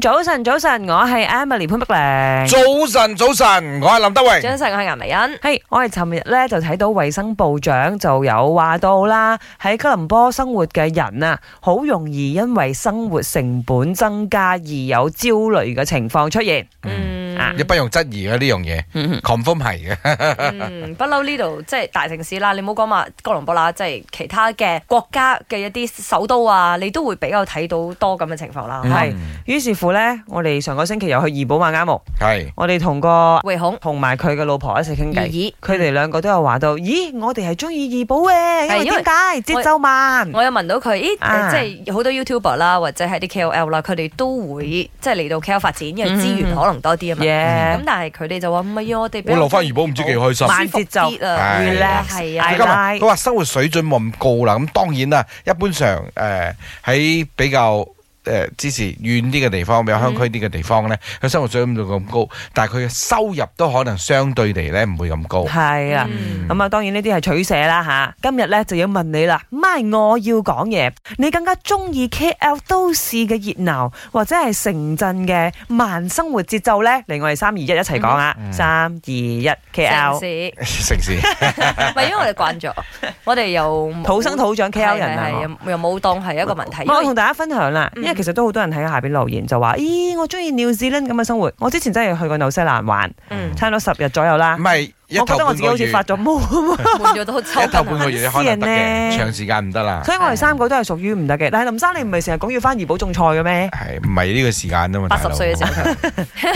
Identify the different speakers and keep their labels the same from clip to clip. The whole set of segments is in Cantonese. Speaker 1: 早晨，早晨，我係 Emily 潘碧玲。
Speaker 2: 早晨，早晨，我系林德榮。
Speaker 3: 早晨，我係顏麗欣。
Speaker 1: 係我係尋日咧就睇到衛生部長就有話到啦，喺吉隆坡生活嘅人啊，好容易因為生活成本增加而有焦慮嘅情況出現。
Speaker 3: 嗯
Speaker 1: 啊
Speaker 2: 你不容質疑嘅呢樣嘢，confirm 係嘅。
Speaker 3: 嗯，不嬲呢度即係大城市啦，你唔好講話哥倫布啦，即係其他嘅國家嘅一啲首都啊，你都會比較睇到多咁嘅情況
Speaker 2: 嗯
Speaker 3: 啦。
Speaker 1: 係於是乎咧，我哋上個星期又去怡寶馬啱木，
Speaker 2: 係
Speaker 1: 我哋同個
Speaker 3: 惠孔
Speaker 1: 同埋佢嘅老婆一齊傾
Speaker 3: 二
Speaker 1: 偈。
Speaker 3: 二，
Speaker 1: 佢哋兩個都有話到，咦，我哋係中意怡寶嘅，因
Speaker 3: 係
Speaker 1: 為
Speaker 3: 因為
Speaker 1: 點解節奏慢？
Speaker 3: 我有問到佢，咦，
Speaker 1: 啊
Speaker 3: 即係好多 YouTuber 啦，或者係啲 KOL 啦，佢哋都會即係嚟到 KL 發展，因為資源可能多啲啊嘛。
Speaker 1: 耶
Speaker 3: 咁但係佢哋就話唔係啊，我哋比
Speaker 2: 我
Speaker 3: 較
Speaker 2: 留翻怡寶唔知幾開心。
Speaker 1: 慢
Speaker 3: 舒服
Speaker 1: 節奏
Speaker 3: 啲啊
Speaker 2: 係
Speaker 1: relax
Speaker 3: 係
Speaker 2: 佢
Speaker 3: 啊
Speaker 2: 今日
Speaker 1: 係
Speaker 2: 佢話生活水準冇咁高啦，咁當然啦，一般上誒喺比較。誒支持遠啲嘅地方，比較鄉區啲嘅地方咧，佢生活水準冇咁高，但係佢嘅收入都可能相對地咧唔會咁 高。
Speaker 1: 係啦。
Speaker 3: 嗯
Speaker 1: 咁啊，當然呢啲係取捨啦吓。今日咧就要問你啦，咪我要講嘢，你更加中意 KL 都市嘅熱鬧，或者係城鎮嘅慢生活節奏呢？嚟，我哋三二一一齊講啊！
Speaker 2: 嗯
Speaker 1: 三二一
Speaker 3: 城
Speaker 1: KL，
Speaker 3: 市，
Speaker 2: 城市
Speaker 3: 唔係因為我哋慣咗，我哋又冇
Speaker 1: 土生土長 KL 人
Speaker 3: 係係
Speaker 1: 啊！
Speaker 3: 又又冇當係一個問題，因
Speaker 1: 我
Speaker 3: 為嗯
Speaker 1: 同大家分享啦，因為其實都好多人喺下邊留言就話：咦，我中意 New Zealand 咁嘅生活。我之前真係去過紐西蘭玩，
Speaker 3: 嗯
Speaker 1: 差唔多十日左右啦
Speaker 2: 唔。係一
Speaker 1: 我覺
Speaker 2: 頭
Speaker 1: 得我
Speaker 2: 半
Speaker 1: 自己好
Speaker 2: 個
Speaker 1: 似
Speaker 2: 月，
Speaker 1: 發咗毛啊嘛
Speaker 3: 換咗都抽
Speaker 2: 一頭
Speaker 3: 筋
Speaker 2: 半個月可能
Speaker 1: 啊黐
Speaker 2: 得
Speaker 1: 線呢
Speaker 2: 嘅，長時間唔得啦。
Speaker 1: 啊所以我哋三個都係屬於唔得嘅。但係林生，你唔係成日講要翻怡寶種菜嘅咩？
Speaker 2: 係唔係呢個時間啊嘛？
Speaker 3: 八十歲嘅時
Speaker 2: 候， 九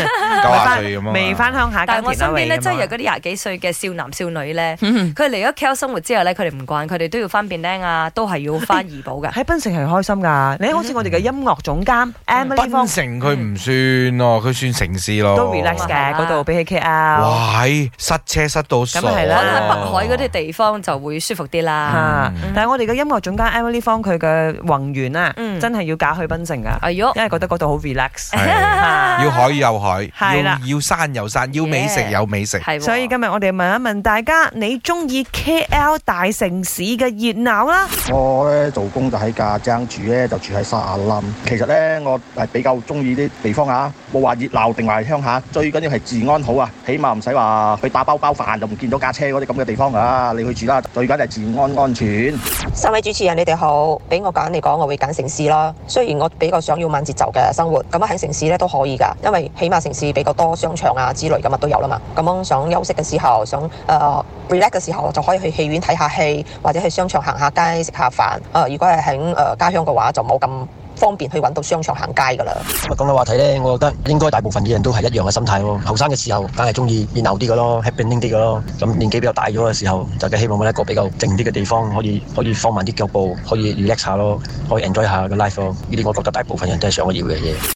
Speaker 2: 啊歲咁啊，
Speaker 1: 未翻鄉下耕田啦，
Speaker 3: 但係我身邊咧，
Speaker 1: 喂
Speaker 3: 真係
Speaker 1: 咁啊
Speaker 3: 有
Speaker 1: 嗯
Speaker 3: 嗰啲廿幾歲嘅少男少女咧，佢嚟咗 KL 生活之後咧，佢哋唔慣，佢哋都要翻便僆啊，都係要翻怡保嘅。
Speaker 1: 喺檳城係開心㗎。你好
Speaker 3: 嗯
Speaker 1: 似我哋嘅音樂總監 Emily 方
Speaker 2: 檳城佢唔算咯，佢算城市咯。
Speaker 1: 都 relax 嘅
Speaker 3: 哇
Speaker 1: 嗰度，比起 KL
Speaker 2: 哦哇！係塞車塞到傻。啊
Speaker 1: 咁係
Speaker 3: 可
Speaker 1: 啦
Speaker 3: 能喺北海嗰啲地方就會舒服啲啦。
Speaker 1: 嚇
Speaker 2: 嗯
Speaker 1: 啊但係我哋嘅音樂總監 Emily 方佢嘅宏源啊，
Speaker 3: 嗯
Speaker 1: 真係要嫁去檳城㗎，
Speaker 3: 哎呦，
Speaker 1: 因為覺得嗰度好 relax。
Speaker 2: 係
Speaker 1: 嚇
Speaker 2: 要海有海，
Speaker 1: 係啦
Speaker 2: 要要山有山，要美食
Speaker 3: Yeah
Speaker 2: 有美食。
Speaker 3: 係喎。
Speaker 1: 所以今日我哋問一問大家，你中意 KL 大城市嘅熱鬧啦？
Speaker 4: 我咧做工就喺架張住咧，就住喺沙冧。其實咧，我係比較中意啲地方啊，冇話熱鬧定話係鄉下，最緊要係治安好啊，起碼唔使話去打包包飯就唔見到架車嗰啲咁嘅地方啊，你去住啦，最緊係治安安全。
Speaker 5: 三位主持人，你哋好。俾我揀嚟講，我會揀城市啦。雖然我比較想要慢節奏嘅生活，咁啊喺城市咧都可以㗎，因為起碼城市比較多商場啊之類咁啊都有啦嘛。咁樣想休息嘅時候，想誒、呃 relax 嘅時候，就可以去戲院睇下戲，或者去商場行下街食下飯。誒、呃如果係喺誒家鄉嘅話，就冇咁方便去揾到商場行街㗎啦。
Speaker 6: 咁啊嘅話題咧，我覺得應該大部分嘅人都係一樣嘅心態喎。後生嘅時候，梗係中意熱鬧啲嘅咯，happening 啲嘅咯。咁年紀比較大咗嘅時候，就梗係希望揾一個比較靜啲嘅地方，可以可以放慢啲腳步，可以 relax 下咯，可以 enjoy 下個 life 咯。呢啲我覺得大部分人都係想我要嘅嘢。